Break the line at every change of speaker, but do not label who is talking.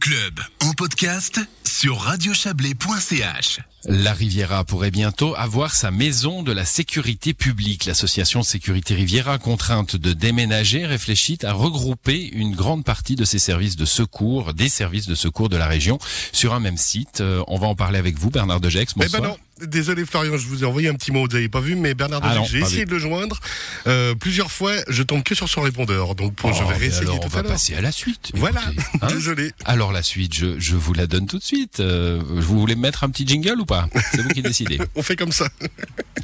club en podcast sur radiochablais.ch.
La Riviera pourrait bientôt avoir sa maison de la sécurité publique. L'association Sécurité Riviera, contrainte de déménager, réfléchit à regrouper une grande partie de ses services de secours, des services de secours de la région, sur un même site. Euh, on va en parler avec vous, Bernard Degex.
Eh
Bonsoir.
ben non, désolé Florian, je vous ai envoyé un petit mot, vous n'avez pas vu, mais Bernard
Ah
Devic,
non,
j'ai
pas
essayé
vu.
de le joindre euh, plusieurs fois, je tombe que sur son répondeur, donc bon, je
Oh,
vais
mais
réessayer
alors, on
tout
va
à l'heure.
passer à la suite.
Voilà,
Écoutez, hein.
désolé.
alors la suite, je, je vous la donne tout de suite. Euh, vous voulez mettre un petit jingle ou pas C'est vous qui décidez.
On fait comme ça.